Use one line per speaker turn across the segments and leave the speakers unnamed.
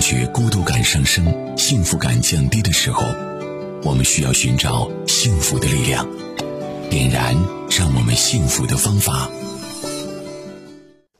觉孤独感上升、幸福感降低的时候，我们需要寻找幸福的力量，点燃让我们幸福的方法。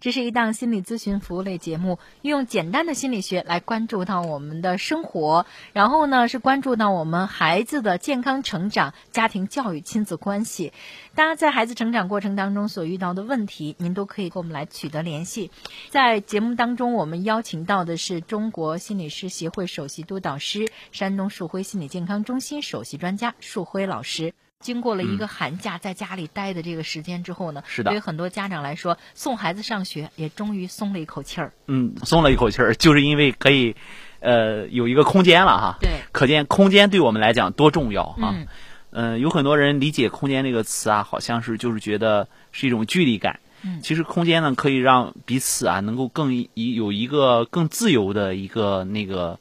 这是一档心理咨询服务类节目，运用简单的心理学来关注到我们的生活，然后呢是关注到我们孩子的健康成长、家庭教育、亲子关系。大家在孩子成长过程当中所遇到的问题，您都可以跟我们来取得联系。在节目当中，我们邀请到的是中国心理师协会首席督导师、山东树辉心理健康中心首席专家树辉老师。经过了一个寒假在家里待的这个时间之后呢，
嗯是的
对于很多家长来说，送孩子上学也终于松了一口气儿。
嗯，松了一口气儿，就是因为可以，呃，有一个空间了哈。
对
可见空间对我们来讲多重要啊。
嗯
嗯、有很多人理解“空间”这个词啊，好像是就是觉得是一种距离感。
嗯
其实空间呢，可以让彼此啊，能够更一有一个更自由的一个那个，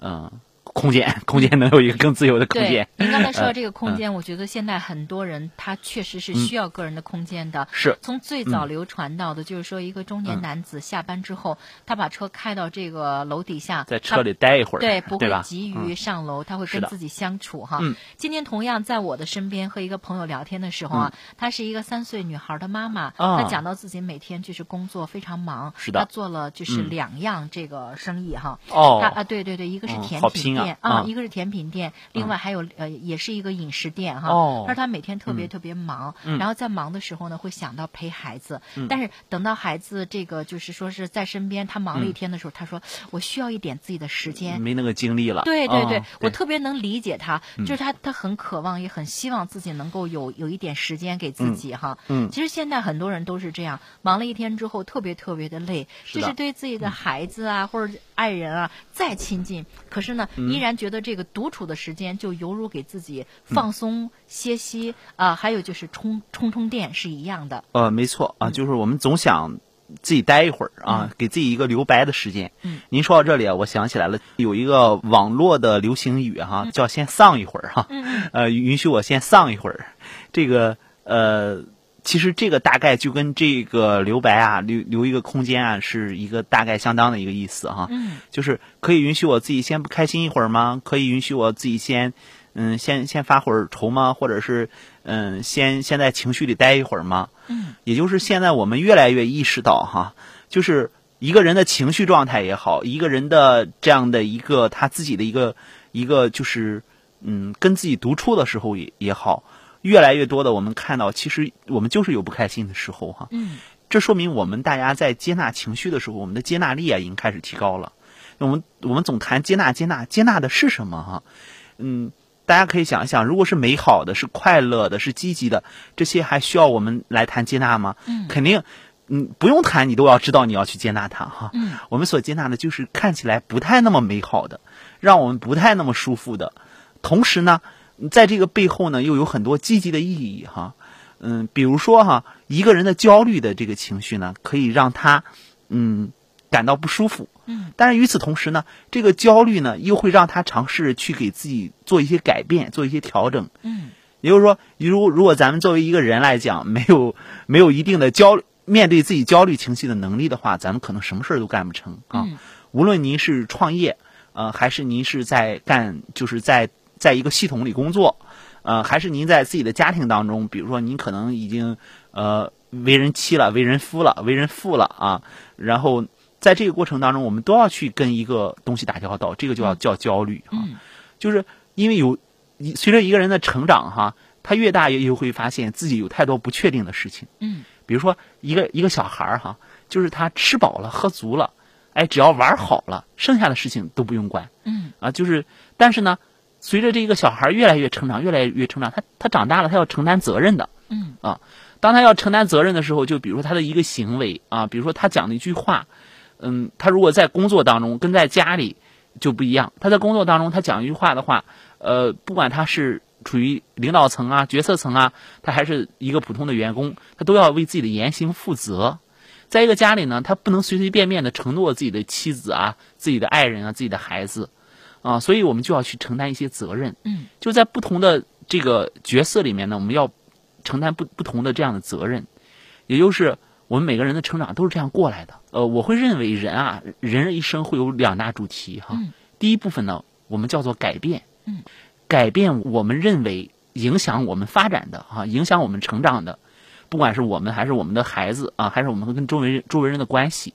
嗯、空间，空间能有一个更自由的空
对
间，。嗯
您刚才说到这个空间，我觉得现在很多人他确实是需要个人的空间的。
是
从最
嗯
早流传到的，就是说一个中年男子下班之后，他把车开到这个楼底下，
在车里待一会
他。
儿，
对，不会
吧？嗯
急于上楼，他会
是
跟
的
自己相处哈。
嗯
今天同样在我的身边和一个朋友聊天的时候啊，她是一个三岁女孩的妈妈，
嗯啊
她讲到自己每天就是工作非常忙，
是的
她做了就是
嗯
两样这个生意哈。他
哦，
啊，对对对，一个是
嗯
甜
好
品
拼啊
店
啊
一个是甜品店，另外还有呃，也是一个饮食店哈。
哦
他说他每天特别特别忙，
嗯
然后在忙的时候呢，会想到陪孩子，
嗯
但是等到孩子这个就是说是在身边，他
嗯
忙了一天的时候，他说我需要一点自己的时间。
没那个精力了。
对对
嗯
对，我特别能理解他，就是他，他很渴望，也很希望自己能够有有一点时间给自己哈。
嗯
其实现在很多人都是这样，忙了一天之后特别特别的累，
是
就
的嗯
是对自己的孩子啊、或者爱人啊再亲近，可是呢，
嗯
依然觉得这个独处的时间就犹如给自己放松、歇息啊、还有就是充充充电是一样的。
呃，没错
嗯
啊，就是我们总想自己待一会儿啊，给自己一个留白的时间。
嗯，
您说到这里啊，我想起来了，有一个网络的流行语哈、叫“先丧一会儿、哈，
嗯
呃，允许我先丧一会儿。这个呃，其实这个大概就跟这个留白啊，留留一个空间啊，是一个大概相当的一个意思哈、
嗯
就是可以允许我自己先不开心一会儿吗？可以允许我自己先，嗯，先先发会儿愁吗？或者是，嗯，先先在情绪里待一会儿吗？
嗯，
也就是现在我们越来越意识到哈，就是一个人的情绪状态也好，一个人的这样的一个他自己的一个一个就是，嗯，跟自己独处的时候也也好，越来越多的我们看到，其实我们就是有不开心的时候哈。
嗯
这说明我们大家在接纳情绪的时候，我们的接纳力啊已经开始提高了。我们我们总谈接纳接纳接纳的是什么哈、嗯，大家可以想一想，如果是美好的、是快乐的、是积极的，这些还需要我们来谈接纳吗？
嗯
肯定，嗯，不用谈，你都要知道你要去接纳它哈、
嗯
我们所接纳的就是看起来不太那么美好的，让我们不太那么舒服的，同时呢，在这个背后呢，又有很多积极的意义哈。嗯，比如说哈，一个人的焦虑的这个情绪呢，可以让他嗯感到不舒服，
嗯，
但是与此同时呢，这个焦虑呢，又会让他尝试去给自己做一些改变，做一些调整。
嗯
也就是说，如如果咱们作为一个人来讲，没有没有一定的焦面对自己焦虑情绪的能力的话，咱们可能什么事儿都干不成啊。
嗯
无论您是创业，呃，还是您是在干，就是在在一个系统里工作，呃，还是您在自己的家庭当中，比如说您可能已经呃为人妻了、为人夫了、为人父了啊，然后在这个过程当中，我们都要去跟一个东西打交道，这个就要叫焦虑啊。
嗯
就是因为有一随着一个人的成长哈，他越大也也会发现自己有太多不确定的事情。
嗯
比如说一个一个小孩儿哈，就是他吃饱了喝足了，哎，只要玩儿好了，剩下的事情都不用管
嗯
啊。就是但是呢，随着这个小孩儿越来越成长，越来越成长，他他长大了，他要承担责任的。啊
嗯
当他要承担责任的时候，就比如说他的一个行为啊，比如说他讲的一句话，嗯，他如果在工作当中跟在家里就不一样。他在工作当中他讲一句话的话，呃，不管他是处于领导层啊、决策层啊，他还是一个普通的员工，他都要为自己的言行负责。在一个家里呢，他不能随随便便的承诺自己的妻子啊、自己的爱人啊、自己的孩子，啊，所以我们就要去承担一些责任。
嗯
就在不同的这个角色里面呢，我们要承担不不同的这样的责任，也就是我们每个人的成长都是这样过来的。呃，我会认为人啊，人一生会有两大主题哈。
嗯
第一部分呢，我们叫做改变，
嗯
改变我们认为影响我们发展的哈、影响我们成长的，不管是我们还是我们的孩子啊，还是我们跟周围人周围人的关系。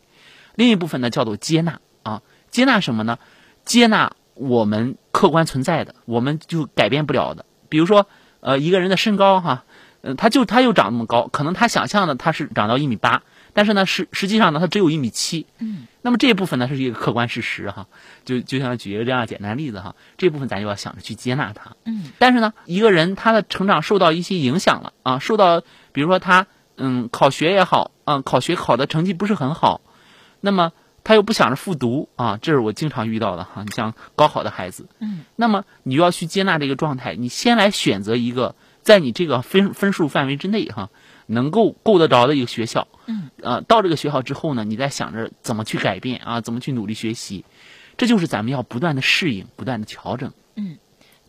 另一部分呢，叫做接纳啊，接纳什么呢？接纳我们客观存在的，我们就改变不了的。比如说，呃，一个人的身高哈，嗯、他就他又长那么高，可能他想象的他是长到一米八，但是呢，实实际上呢，他只有一米七。
嗯，
那么这一部分呢，是一个客观事实哈，就就像举一个这样的简单例子哈，这部分咱就要想着去接纳它。
嗯
但是呢，一个人他的成长受到一些影响了啊，受到比如说他嗯考学也好，啊考学考的成绩不是很好，那么他又不想着复读啊，这是我经常遇到的哈、你像高考的孩子，
嗯，
那么你就要去接纳这个状态，你先来选择一个在你这个分分数范围之内哈、能够够得着的一个学校，
嗯，
呃，到这个学校之后呢，你再想着怎么去改变啊，怎么去努力学习，这就是咱们要不断的适应，不断的调整。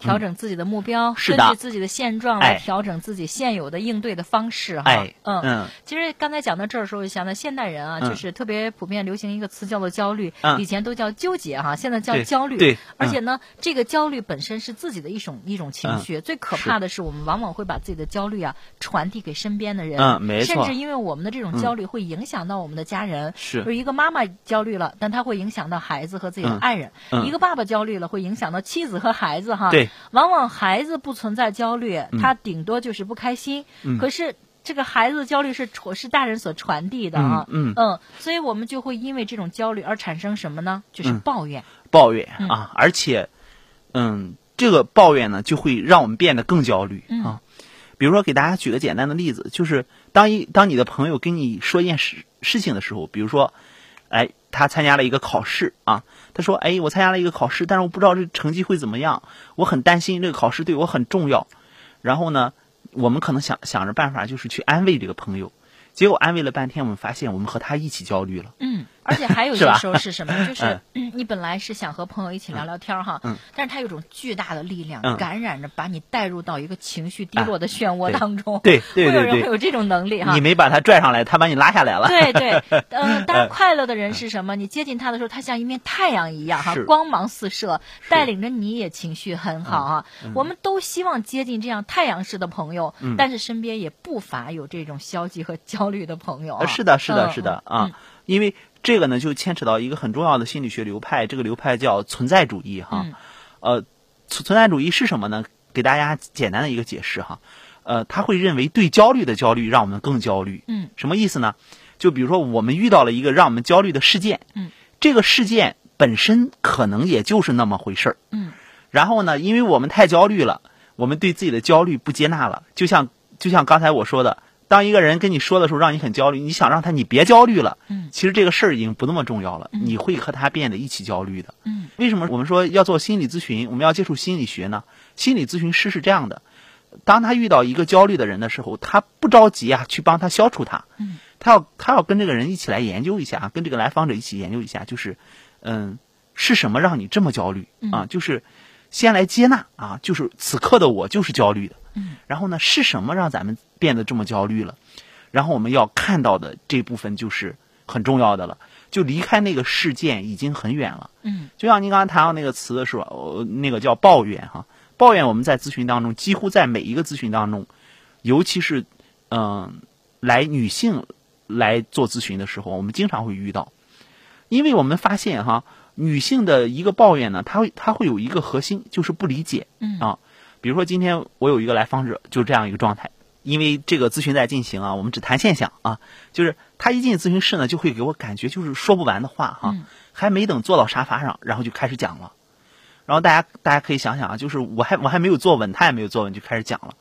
调整自己的目标，
是
根
的
据自己的现状来
哎
调整自己现有的应对的方式哈。
哎，
嗯。
嗯
其实刚才讲到这儿的时候，想到现代人啊，
嗯
就是特别普遍流行一个词叫做焦虑，
嗯
以前都叫纠结哈、现在叫
对
焦虑。
对嗯
而且呢，这个焦虑本身是自己的一种一种情绪，
嗯
最可怕的是我们往往会把自己的焦虑啊传递给身边的人，
嗯没
甚
错嗯
至因为我们的这种焦虑会影响到我们的家人。
是
有一个妈妈焦虑了，但她会影响到孩子和自己的
嗯
爱人；
嗯
一个爸爸焦虑了，会影响到妻子和孩子哈。
对，
往往孩子不存在焦虑，他顶多就是不开心。
嗯
可是这个孩子的焦虑是传是大人所传递的啊。
嗯嗯
所以我们就会因为这种焦虑而产生什么呢？就是
嗯
抱怨。
抱怨
嗯
啊，而且，嗯，这个抱怨呢，就会让我们变得更焦虑
嗯
啊。比如说，给大家举个简单的例子，就是当一当你的朋友跟你说一件事事情的时候，比如说，哎，他参加了一个考试啊，他说，哎，我参加了一个考试，但是我不知道这成绩会怎么样，我很担心这个考试对我很重要。然后呢，我们可能想想着办法，就是去安慰这个朋友。结果安慰了半天，我们发现我们和他一起焦虑了。
嗯，而且 还有一
是
些
吧
时候是什么？就是、嗯你本来是想和朋友一起聊聊天儿哈，但是他有种巨大的力量、
嗯啊
感染着，把你带入到一个情绪低落的漩涡
对
当中。
对对
会有
对
人
对
会有这种能力哈。
你没把他拽上来，他把你拉下 来了。
对对， 呃，当然快乐的人是什么？你接近他的时候，他像一面太阳一样哈，
是
光芒四射，
是嗯
带领着你也情绪很好啊。我们都希望接近这样太阳式的朋友，但是身边也不乏有这种消极和焦虑的朋友啊。
呃，是的，是
嗯
的，是的
嗯
啊，因为这个呢，就牵扯到一个很重要的心理学流派，这个流派叫存在主义哈。
嗯
呃，存存在主义是什么呢？给大家简单的一个解释哈。呃，他会认为对焦虑的焦虑让我们更焦虑。
嗯，
什么意思呢？就比如说我们遇到了一个让我们焦虑的事件，
嗯，
这个事件本身可能也就是那么回事儿，
嗯，
然后呢，因为我们太焦虑了，我们对自己的焦虑不接纳了，就像就像刚才我说的，当一个人跟你说的时候，让你很焦虑，你想让他你别焦虑了，
嗯
其实这个事儿已经不那么重要了，你会和他变得一起焦虑的，
嗯，
为什么我们说要做心理咨询，我们要接触心理学呢？心理咨询师是这样的，当他遇到一个焦虑的人的时候，他不着急啊，去帮他消除他，
嗯，
他要他要跟这个人一起来研究一下啊，跟这个来访者一起研究一下，就是，嗯，是什么让你这么焦虑
嗯
啊？就是先来接纳啊，就是此刻的我就是焦虑的，
嗯，
然后呢，是什么让咱们变得这么焦虑了？然后我们要看到的这部分就是很重要的了，就离开那个事件已经很远了。
嗯
就像您刚才谈到那个词的时候，呃那个叫抱怨哈，抱怨我们在咨询当中，几乎在每一个咨询当中，尤其是嗯、来女性来做咨询的时候，我们经常会遇到，因为我们发现哈，女性的一个抱怨呢，她会她会有一个核心，就是不理解
嗯
啊。比如说今天我有一个来访者，就这样一个状态，因为这个咨询在进行啊，我们只谈现象啊，就是他一进咨询室呢，就会给我感觉就是说不完的话哈、
嗯
还没等坐到沙发上，然后就开始讲了。然后大家大家可以想想啊，就是我还我还没有坐稳，他也没有坐稳，就开始讲了。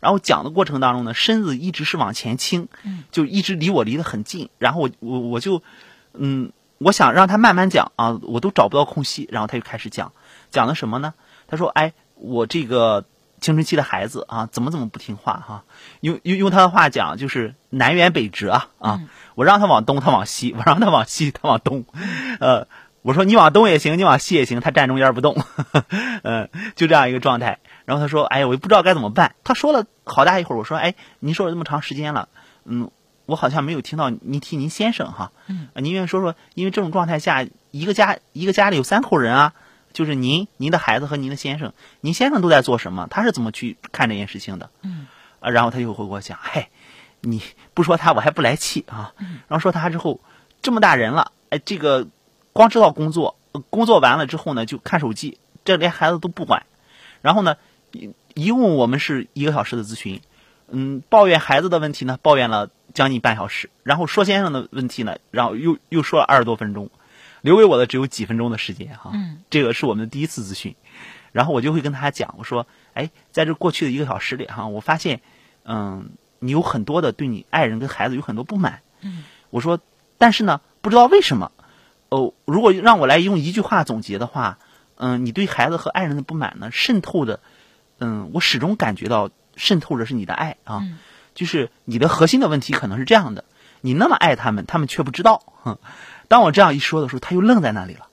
然后讲的过程当中呢，身子一直是往前倾，就一直离我离得很近。然后我我我就，嗯，我想让他慢慢讲啊，我都找不到空隙。然后他就开始讲，讲的什么呢？他说：“哎，我这个青春期的孩子啊，怎么怎么不听话哈、用用用他的话讲，就是南辕北辙啊啊！我让他往东，他往西；我让他往西，他往东。呃，我说你往东也行，你往西也行，他站中间不动。 呃，就这样一个状态。然后他说：“哎呀，我也不知道该怎么办。”他说了好大一会儿，我说：“哎，您说了这么长时间了，嗯，我好像没有听到您提您先生哈，嗯，您愿意说说，因为这种状态下，一个家一个家里有三口人啊，就是您、您的孩子和您的先生，您先生都在做什么？他是怎么去看这件事情的？
嗯，
啊，然后他就会给我讲，嘿，你不说他我还不来气啊，
嗯
然后说他之后，这么大人了，哎，这个光知道工作，呃工作完了之后呢，就看手机，这连孩子都不管，然后呢，一一共我们是一个小时的咨询，嗯，抱怨孩子的问题呢，抱怨了将近半小时，然后说先生的问题呢，然后又又说了二十多分钟，留给我的只有几分钟的时间哈。
嗯，
这个是我们的第一次咨询，然后我就会跟他讲，我说，哎，在这过去的一个小时里哈，我发现，嗯，你有很多的对你爱人跟孩子有很多不满。
嗯，
我说，但是呢，不知道为什么，哦，如果让我来用一句话总结的话，嗯，你对孩子和爱人的不满呢，渗透的，嗯，我始终感觉到渗透着是你的爱啊。
嗯
就是你的核心的问题可能是这样的：你那么爱他们，他们却不知道。哼，当我这样一说的时候，他又愣在那里了，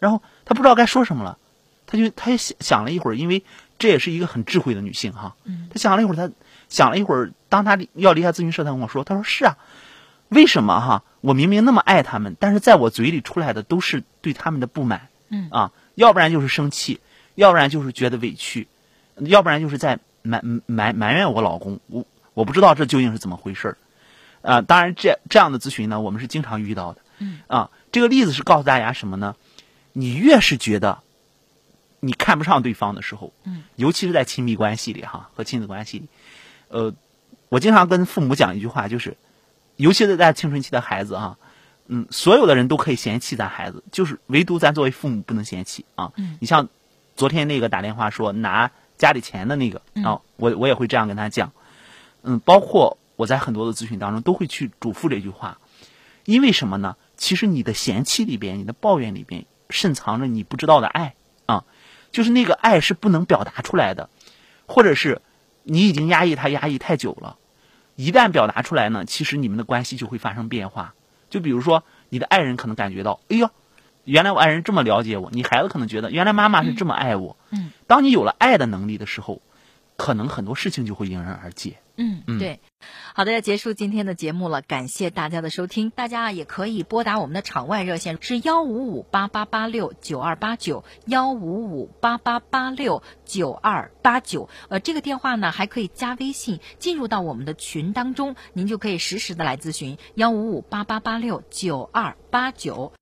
然后他不知道该说什么了，他就他也想想了一会儿，因为这也是一个很智慧的女性哈。
嗯
他想了一会儿，他想了一会儿，当他离要离开咨询室，他跟我说：“他说是啊，为什么哈？我明明那么爱他们，但是在我嘴里出来的都是对他们的不满，
嗯
啊，要不然就是生气，要不然就是觉得委屈，要不然就是在埋埋埋怨我老公，我我不知道这究竟是怎么回事儿。”啊、当然这这样的咨询呢，我们是经常遇到的。
嗯
啊，这个例子是告诉大家什么呢？你越是觉得你看不上对方的时候，
嗯，
尤其是在亲密关系里哈和亲子关系里，呃，我经常跟父母讲一句话，就是，尤其是在青春期的孩子啊，嗯，所有的人都可以嫌弃咱孩子，就是唯独咱作为父母不能嫌弃啊。
嗯
你像昨天那个打电话说拿家里钱的那个
嗯
啊，我我也会这样跟他讲，嗯，包括我在很多的咨询当中都会去嘱咐这句话，因为什么呢？其实你的嫌弃里边，你的抱怨里边，深藏着你不知道的爱啊，就是那个爱是不能表达出来的，或者是你已经压抑他压抑太久了，一旦表达出来呢，其实你们的关系就会发生变化。就比如说，你的爱人可能感觉到，哎呦，原来我爱人这么了解我，你孩子可能觉得原来妈妈是这么爱我。
嗯，
当你有了爱的能力的时候，可能很多事情就会迎刃而解。
嗯，
嗯
对。好的，要结束今天的节目了，感谢大家的收听。大家啊也可以拨打我们的场外热线是幺五五八八八六九二八九幺五五八八八六九二八九。呃，这个电话呢还可以加微信，进入到我们的群当中，您就可以实时的来咨询幺五五八八八六九二八九。